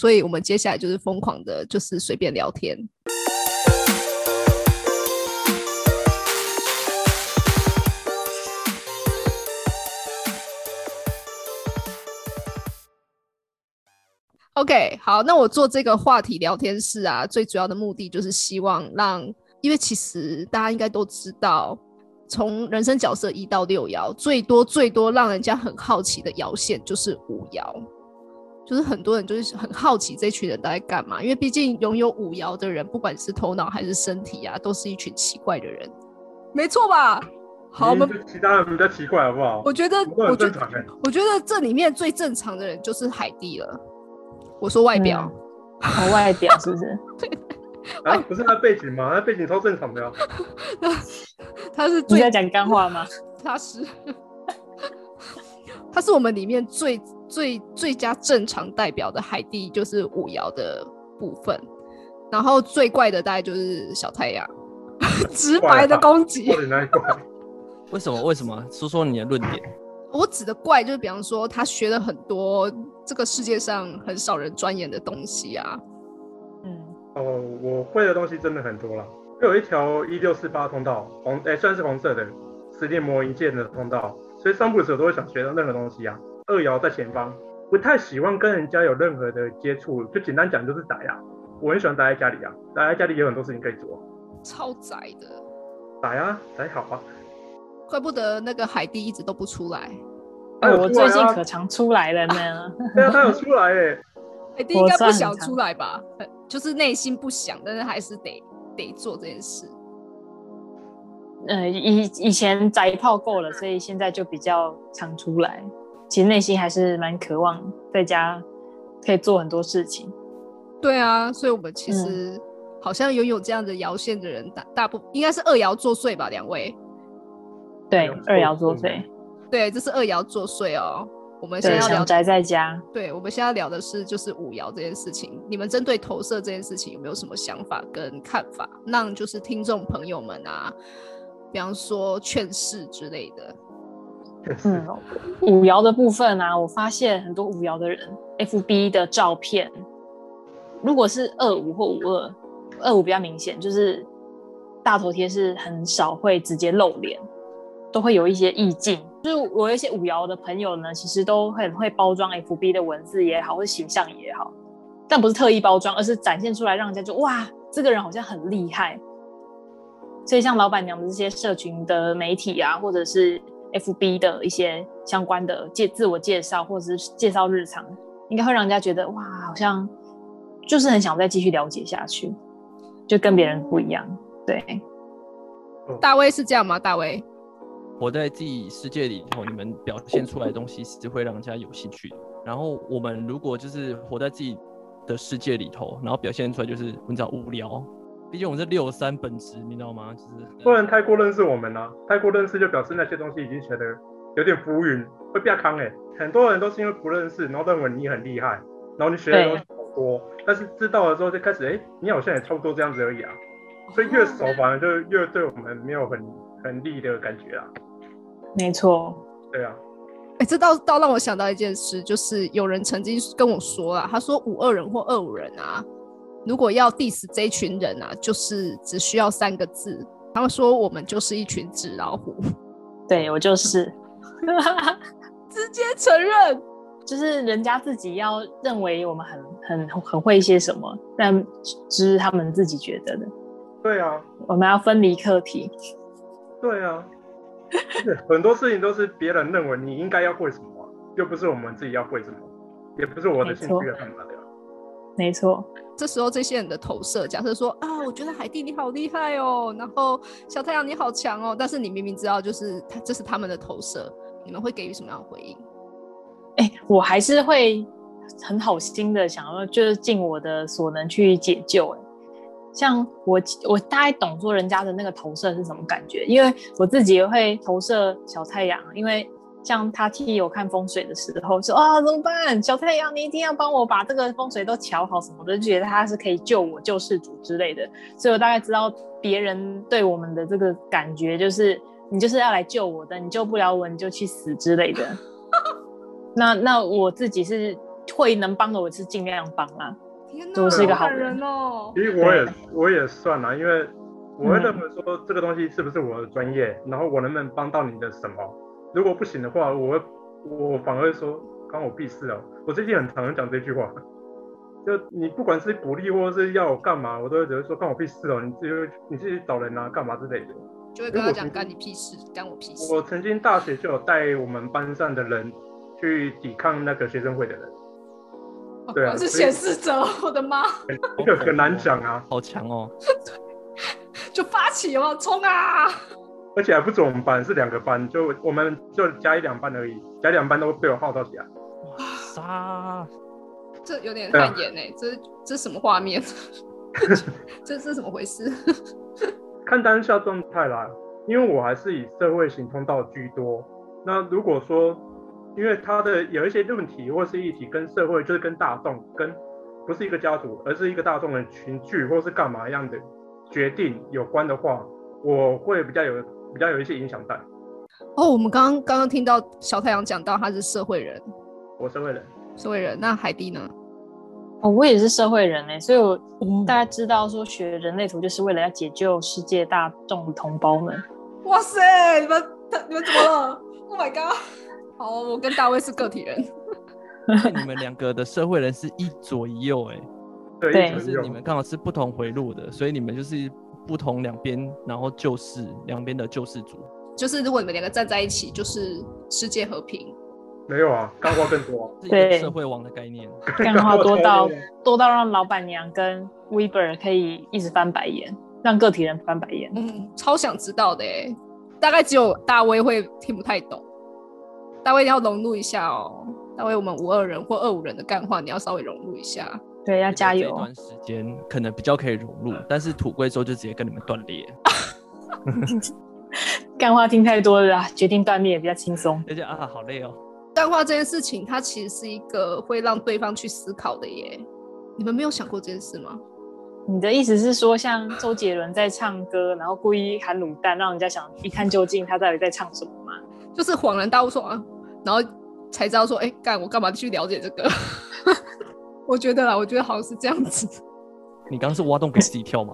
所以我们接下来就是疯狂的，就是随便聊天。OK，好，那我做这个话题聊天室啊，最主要的目的就是希望让，因为其实大家应该都知道，从人生角色一到六爻，最多最多让人家很好奇的爻线就是五爻，就是很多人就是很好奇这群人都在干嘛，因为毕竟拥有五爻的人，不管是头脑还是身体啊，都是一群奇怪的人，没错吧？好，我们其他人比较奇怪，好嗯不好？我觉得，我我很觉正得，哦常哎、我觉得这里面最正常的人就是海蒂了。我说外表。嗯我外表是不 是？啊，不是他背景吗？他背景超正常的啊。 他是你在最讲干话吗？他是 他是我们里面最最最佳正常代表的海蒂，就是五爻的部分。然后最怪的大概就是小太阳， 直白的攻击到。底哪里怪？为什么？为什么？说说你的论点。我指的怪就是，比方说他学了很多这个世界上很少人钻研的东西啊。嗯，哦，我会的东西真的很多啦。有一条一六四八通道，红哎、算是红色的，十年磨一剑的通道，所以三步走都会想学到任何东西啊。二爻在前方，不太喜欢跟人家有任何的接触，就简单讲就是宅啊。我很喜欢宅在家里啊，宅在家里有很多事情可以做，超宅的，宅啊宅好啊。怪不得那个海蒂一直都不出来。哎他有哎我出来最啊近可常出来了 呢。对啊，他有出来哎、海蒂应该不我算想很长出来吧？呃就是内心不想，但是还是得得做这件事。呃，以以前宅泡够了，所以现在就比较常出来。其实内心还是蛮渴望在家可以做很多事情。对啊，所以我们嗯其实好像拥有这样的摇线的人，大大部应该是二爻作祟吧？两位，对有，二爻作有有祟，对，这是二爻作祟哦。我们现在对，要聊想，宅在家。对，我们现在要聊的是就是五爻这件事情。你们针对投射这件事情有没有什么想法跟看法？让就是听众朋友们啊，比方说劝世之类的。嗯，五爻的部分啊，我发现很多五爻的人，FB 的照片，如果是二五或五二，二五比较明显，就是大头贴是很少会直接露脸，都会有一些意境。就是我有一些五爻的朋友呢，其实都很会包装 FB 的文字也好，或者形象也好，但不是特意包装，而是展现出来，让人家就哇，这个人好像很厉害。所以像老板娘的这些社群的媒体啊，或者是 FB 的一些相关的介自我介绍，或者是介绍日常，应该会让人家觉得哇，好像就是很想再继续了解下去，就跟别人不一样。对，大卫是这样吗？大卫，活在自己世界里头，你们表现出来的东西是会让人家有兴趣的。然后我们如果就是活在自己的世界里头，然后表现出来就是你知道无聊，毕竟我们是六三本职，你知道吗？就是不然太过认识我们啦、啊太过认识就表示那些东西已经觉得有点浮云，会变康哎。很多人都是因为不认识，然后认为你很厉害，然后你学的东西好多，但是知道了之后就开始哎、诶你好像也差不多这样子而已啊。所以越熟反而就越对我们没有很很利的感觉啊。没错，对啊，哎、这倒倒让我想到一件事，就是有人曾经跟我说啦，他说五二人或二五人啊，如果要 diss 这一群人啊，就是只需要三个字，他们说我们就是一群纸老虎，对我就是， 直接承认。就是人家自己要认为我们很很很会一些什么，但只是他们自己觉得的。对啊，我们要分离课题，对啊。就是很多事情都是别人认为你应该要会什么啊、又不是我们自己要会什么，也不是我的兴趣要干嘛的啊、没错，这时候这些人的投射，假设说啊，我觉得海蒂你好厉害哦，然后小太阳你好强哦，但是你明明知道就是他这是他们的投射，你们会给予什么样的回应？哎、我还是会很好心的想要，就是尽我的所能去解救、哎，像我，我大概懂说人家的那个投射是什么感觉，因为我自己也会投射小太阳，因为像他替我看风水的时候说啊，怎么办？小太阳，你一定要帮我把这个风水都瞧好什么的，就觉得他是可以救我、救世主之类的，所以我大概知道别人对我们的这个感觉就是。你就是要来救我的，你救不了我，你就去死之类的。那那我自己是会能帮的，我是尽量帮啊啦。天都哪，是一个好好感人哦其。实我也我也算啦，因为我会认为说这个东西是不是我的专业，然后我能不能帮到你的什么。如果不行的话，我会我反而会说关我屁事哦。我最近很常讲这句话， 就你不管是鼓励或是要我干嘛，我都会觉得说关我屁事哦，你自己会你自己找人啊，干嘛之类的。就会跟他讲如果干你屁事，干我屁事。我曾经大学就有带我们班上的人去抵抗那个学生会的人，哦对啊我是所以显示者，我的妈！这个很难讲啊，哦好强哦！就发起哦，冲啊！而且还不止我们班，是两个班，就我们就加一两班而已，加一两班都被我号召起来。杀！这有点对啊汗颜哎，这这什么画面？ 这是怎么回事？看当下状态啦，因为我还是以社会型通道居多。那如果说，因为他的有一些论题或是议题跟社会，就是跟大众，跟不是一个家族，而是一个大众的群聚或是干嘛样的决定有关的话，我会比较有比较有一些影响在。 哦，我们刚刚刚刚听到小太阳讲到他是社会人，我社会人，社会人。那海蒂呢？哦，我也是社会人哎、所以我哦大家知道说学人类图就是为了要解救世界大众同胞们。哇塞，你们你们怎么了？Oh my god！好，我跟大卫是个体人，你们两个的社会人是一左一右，哎，对，对一就直是你有们刚好是不同回路的，所以你们就是不同两边，然后救世两边的救世主。就是如果你们两个站在一起，就是世界和平。没有啊，干话更多啊、是一对个社会网的概念，干话多到多到让老板娘跟 Weber 可以一直翻白眼，让个体人翻白眼。嗯，超想知道的哎，大概只有大卫会听不太懂。大卫你要融入一下哦，大卫我们五二人或二五人的干话，你要稍微融入一下。对，要加这油。段时间可能比较可以融入，但是土龟之后就直接跟你们断裂，干话听太多了啊，决定断裂比较轻松。而且啊，好累哦。干话这件事情，它其实是一个会让对方去思考的耶。你们没有想过这件事吗？你的意思是说，像周杰伦在唱歌，然后故意喊卤蛋，让人家想一探究竟，他到底在唱什么吗？就是恍然大悟说啊，然后才知道说，哎、干我干嘛去了解这个？ 我觉得啦，我觉得好像是这样子。你刚刚是挖洞给自己跳吗？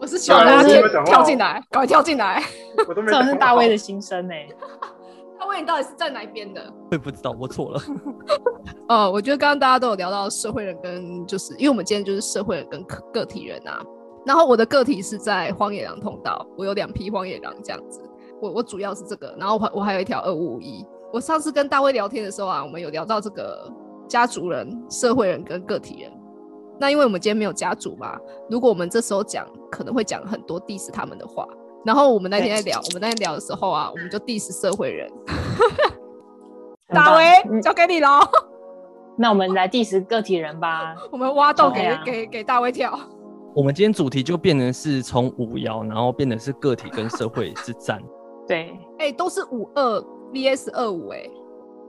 我是希望大家对跳啊我没有讲话哦跳进来，赶快跳进来。我都没这种是讲话大卫的心声哎、那问你到底是站哪一边的？会不知道，我错了。 呃，我觉得刚刚大家都有聊到社会人跟就是，因为我们今天就是社会人跟个个体人啊。然后我的个体是在荒野狼通道，我有两匹荒野狼这样子。我我主要是这个，然后我还我还有一条二五五一。我上次跟大卫聊天的时候啊，我们有聊到这个家族人、社会人跟个体人。那因为我们今天没有家族嘛，如果我们这时候讲，可能会讲很多 diss 他们的话。然后我们那天在聊，我们那天聊的时候啊，我们就 diss 社会人。很棒大嗯卫，交给你喽。那我们来 diss 个体人吧。我们挖洞对给啊给给大卫跳。我们今天主题就变成是从五爻，然后变成是个体跟社会之战。对，哎、都是五二 VS 二五，哎，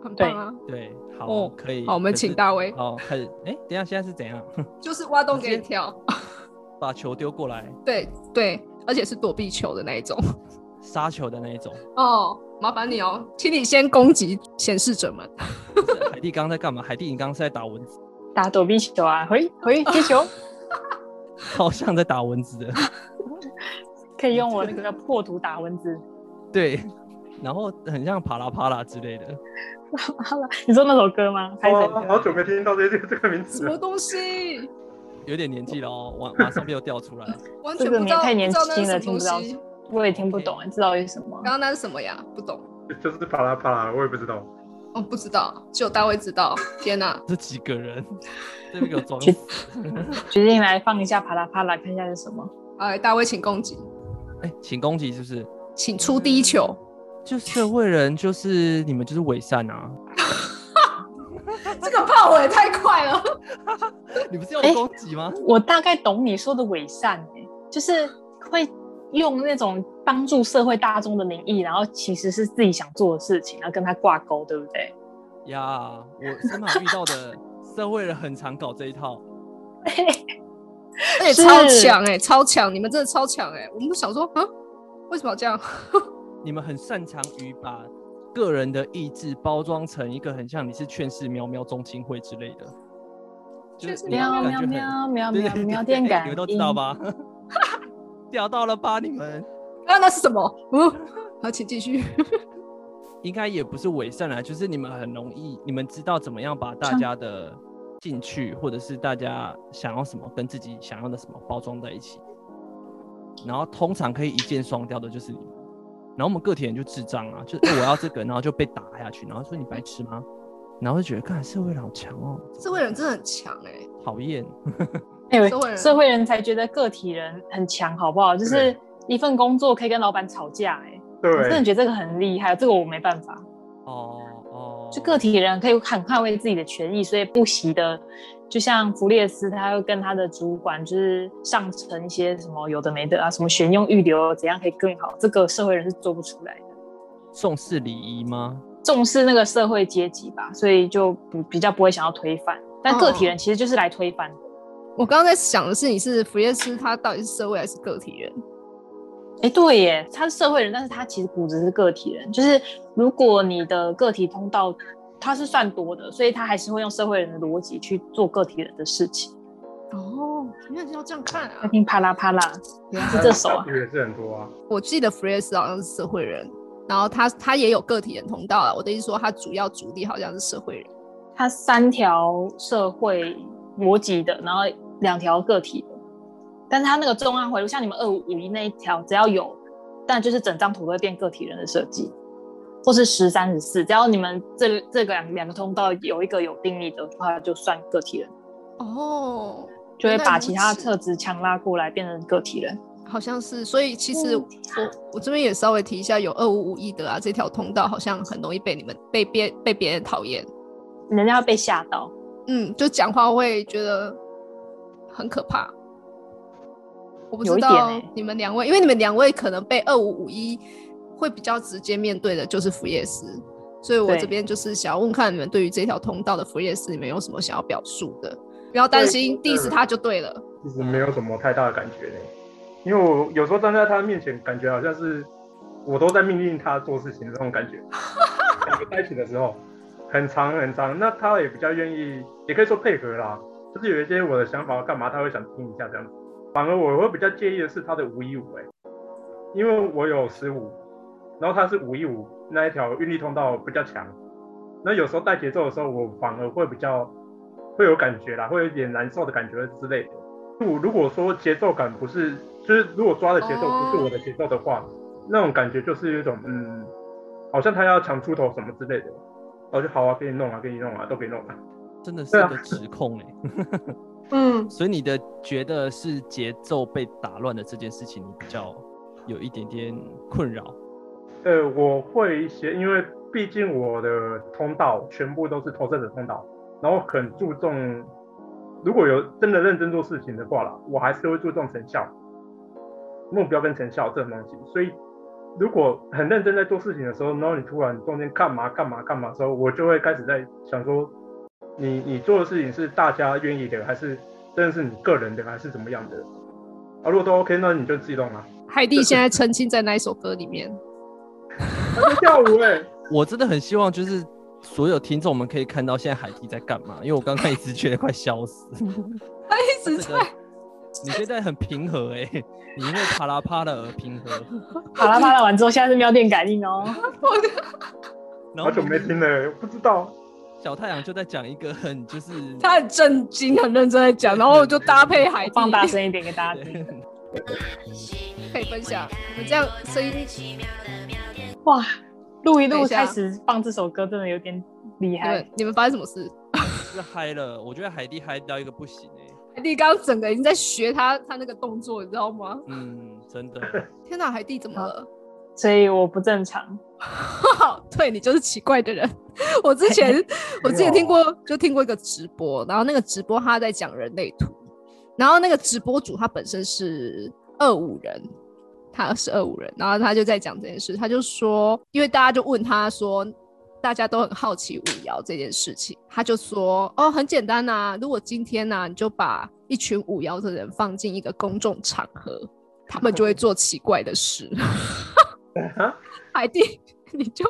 很棒啊！对，好，哦可以。好，我们可是请大卫，好，开始。哎、等一下，现在是怎样？ 就是挖洞给你跳，把球丢过来，对对，而且是躲避球的那一种。杀球的那一种。哦，麻烦你哦，请你先攻击显示者们。就是海蒂刚刚在干嘛？海蒂，你刚刚是在打蚊子， 打躲避球啊，回回接球，好像在打蚊子的。可以用我那个破图打蚊子。对，然后很像啪啦啪啦之类的。你说那首歌吗？拍谁？哦，好久没听到这这 这个名什词么了。东西？有点年纪了哦，马马上被我调出来。完全不知这个年道，太年不知道那轻是了，什听么不到东西。。我也听不懂，知道是什么刚？刚那是什么呀？不懂， 就是啪啦啪啦，我也不知道。哦，不知道，只有大卫知道。天哪、这几个人，这边给我装去死。决定来放一下啪啦啪啦，看一下是什么。哎，大卫请攻击，哎、请攻击是不是？请出第一球。就社会人，就是你们就是伪善啊！ 这个炮火也太快了。你不是要哎攻击吗？我大概懂你说的伪善、欸，就是会用那种帮助社会大众的名义，然后其实是自己想做的事情，然后跟他挂钩，对不对？呀我身旁遇到的社会人很常搞这一套。而且是超强 哎、超强！你们真的超强哎、我们就想说，啊，为什么要这样？你们很擅长于把个人的意志包装成一个很像你是劝世喵喵中青会之类的，就是你喵感喵觉很喵喵对对喵对哎喵电感你应，们都知道吧？ 屌到了吧？你们 啊，那是什么？嗯， 好，请继续。应该也不是伪善啦，就是你们很容易，你们知道怎么样把大像家的兴趣或者是大家想要什么跟自己想要的什么包装在一起，然后通常可以一箭双雕的就是你们，然后我们个体人就智障啊，就是我要这个，然后就被打下去，然后说你白痴吗？然后就觉得，看社会人好强哦，社会人真的很强哎、讨厌，哎社会人社会人才觉得个体人很强，好不好？就是对一份工作可以跟老板吵架、哎，我真的对，觉得这个很厉害，这个我没办法。哦哦，就个体人可以很捍卫自己的权益，所以不惜的，就像弗列斯，他会跟他的主管就是上层一些什么有的没的啊，什么选用预留怎样可以更好，这个社会人是做不出来的。重视礼仪吗？重视那个社会阶级吧，所以就不比较不会想要推翻。嗯但个体人其实就是来推翻的。我刚刚在想的是，你是福耶斯，他到底是社会还是个体人？哎、对耶，他是社会人，但是他其实骨子是个体人。就是如果你的个体通道他是算多的，所以他还是会用社会人的逻辑去做个体人的事情。哦，原来是要这样看要啊！听啪啦啪啦，原来是这首啊大。学也是很多啊， 我记得福耶斯好像是社会人，然后他他也有个体人通道啊。我的意思说，他主要主力好像是社会人。它三条社会逻辑的，然后两条个体的。但是它那个重案回路，像你们二五五一那一条，只要有，但就是整张图都会变个体人的设计，或是十三十四，只要你们这这个两两个通道有一个有定义的话，就算个体人，哦，就会原来把如其他此特质强拉过来，变成个体人。好像是，所以其实嗯我我这边也稍微提一下，有二五五一的啊，这条通道好像很容易被你们被别被别人讨厌。人家会被吓到，嗯，就讲话会觉得很可怕。我不有知一点道欸你们两位，因为你们两位可能被二五五一会比较直接面对的就是福叶斯，所以我对这边就是想要问看你们对于这条通道的福叶斯，你们有什么想要表述的？不要担心对嗯 diss 他就对了。其实没有什么太大的感觉呢，因为我有时候站在他面前，感觉好像是我都在命令他做事情这种感觉。两个在一起的时候，很长很长，那他也比较愿意，也可以说配合啦，就是有一些我的想法干嘛，他会想听一下这样子。反而我会比较介意的是他的五一五哎，因为我有十五，然后他是五一五那一条运力通道比较强，那有时候带节奏的时候，我反而会比较会有感觉啦，会有点难受的感觉之类的。我如果说节奏感不是，就是如果抓的节奏哦不是我的节奏的话，那种感觉就是有一种嗯，好像他要抢出头什么之类的，我就好啊，给你弄啊，给你弄啊，都给你弄啊。真的是对一啊个指控哎、嗯，所以你的觉得是节奏被打乱的这件事情，你比较有一点点困扰。呃，我会一些，因为毕竟我的通道全部都是投射者通道，然后很注重，如果有真的认真做事情的话啦，我还是会注重成效、目标跟成效这种东西。所以，如果很认真在做事情的时候，然后你突然中间干嘛干嘛干嘛的时候，我就会开始在想说，你你做的事情是大家愿意的，还是真的是你个人的，还是怎么样的？啊，如果都 OK，那你就自己动啊，海蒂现在沉浸在那一首歌里面。他在跳舞哎、我真的很希望就是所有听众们可以看到现在海蒂在干嘛，因为我刚刚一直觉得快笑死。他一这直个在，你现在很平和哎、你因为啪啦啪啦而平和，啪 啦啪啦完之后，现在是喵电感应哦。好然后久没听了，不知道。小太阳就在讲一个很就是 他很震惊，很认真在讲，然后我就搭配海我蒂放大声一点给大家听。对可以分享。我们这样声音，哇，录一等一录下开始放这首歌，真的有点厉你害们。你们发生什么事？是嗨了。我觉得海蒂嗨到一个不行哎、海蒂刚刚整个已经在学他他那个动作，你知道吗？嗯，真的。天哪，海蒂怎么了？所以我不正常。哦对你就是奇怪的人。我之前我之前听过，就听过一个直播，然后那个直播他在讲人类图，然后那个直播主他本身是二五人，他是二五人，然后他就在讲这件事，他就说，因为大家就问他说。大家都很好奇五爻这件事情，他就说：“哦，很简单呐、如果今天啊呐、你就把一群五爻的人放进一个公众场合，他们就 啊会做奇怪的事。”海蒂，你就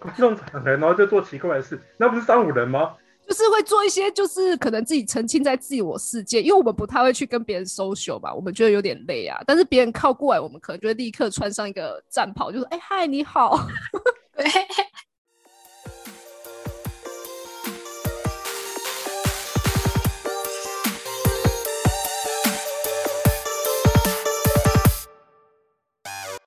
公众场合，然后就做奇怪的事，那不是三五人吗？就是会做一些，就是可能自己沉浸在自我世界，因为我们不太会去跟别人 social 吧，我们觉得有点累啊。但是别人靠过来，我们可能就会立刻穿上一个战袍，就说：“哎、嗨，你好。”对